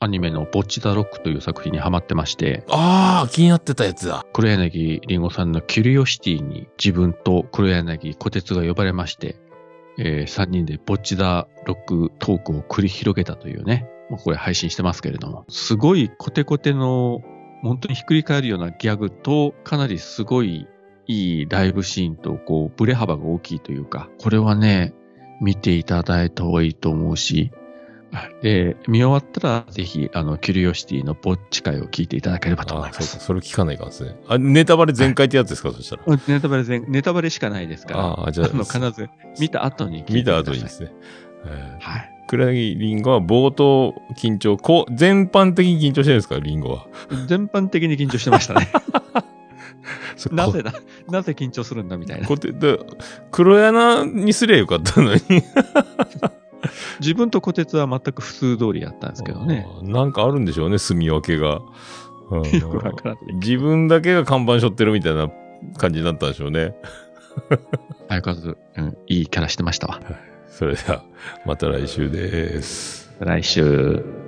アニメのボッチザロックという作品にハマってまして、ああ、気になってたやつだ。黒柳りんごさんのキュリオシティに自分と黒柳小鉄が呼ばれまして、え3人でボッチザロックトークを繰り広げたというね、まあこれ配信してますけれども、すごいコテコテの、本当にひっくり返るようなギャグと、かなりすごいいいライブシーンと、こう、ブレ幅が大きいというか、これはね、見ていただいた方がいいと思うし、で、見終わったら、ぜひ、あの、キュリオシティのぼっち会を聞いていただければと思いまそうすか、。それ聞かないかんですね。あ、ネタバレ全開ってやつですか、そしたら。うんネタバレ全、ネタバレしかないですから。あああ、じゃあ、の、必ず、見た後に聞いて見くだたさい後にですね。えーはい。黒柳りんごは冒頭緊張、こう、全般的に緊張してるんですか、りんごは。全般的に緊張してま したね。そなぜだ、なぜ緊張するんだみたいな。こてで黒柳にすりゃよかったのに。自分と虎鉄は全く普通通りやったんですけどね。あー なんかあるんでしょうね、住み分けが。うんよくわからない。自分だけが看板背負ってるみたいな感じになったんでしょうね。相変わらず、うん、いいキャラしてましたわ。それでは、また来週です。来週。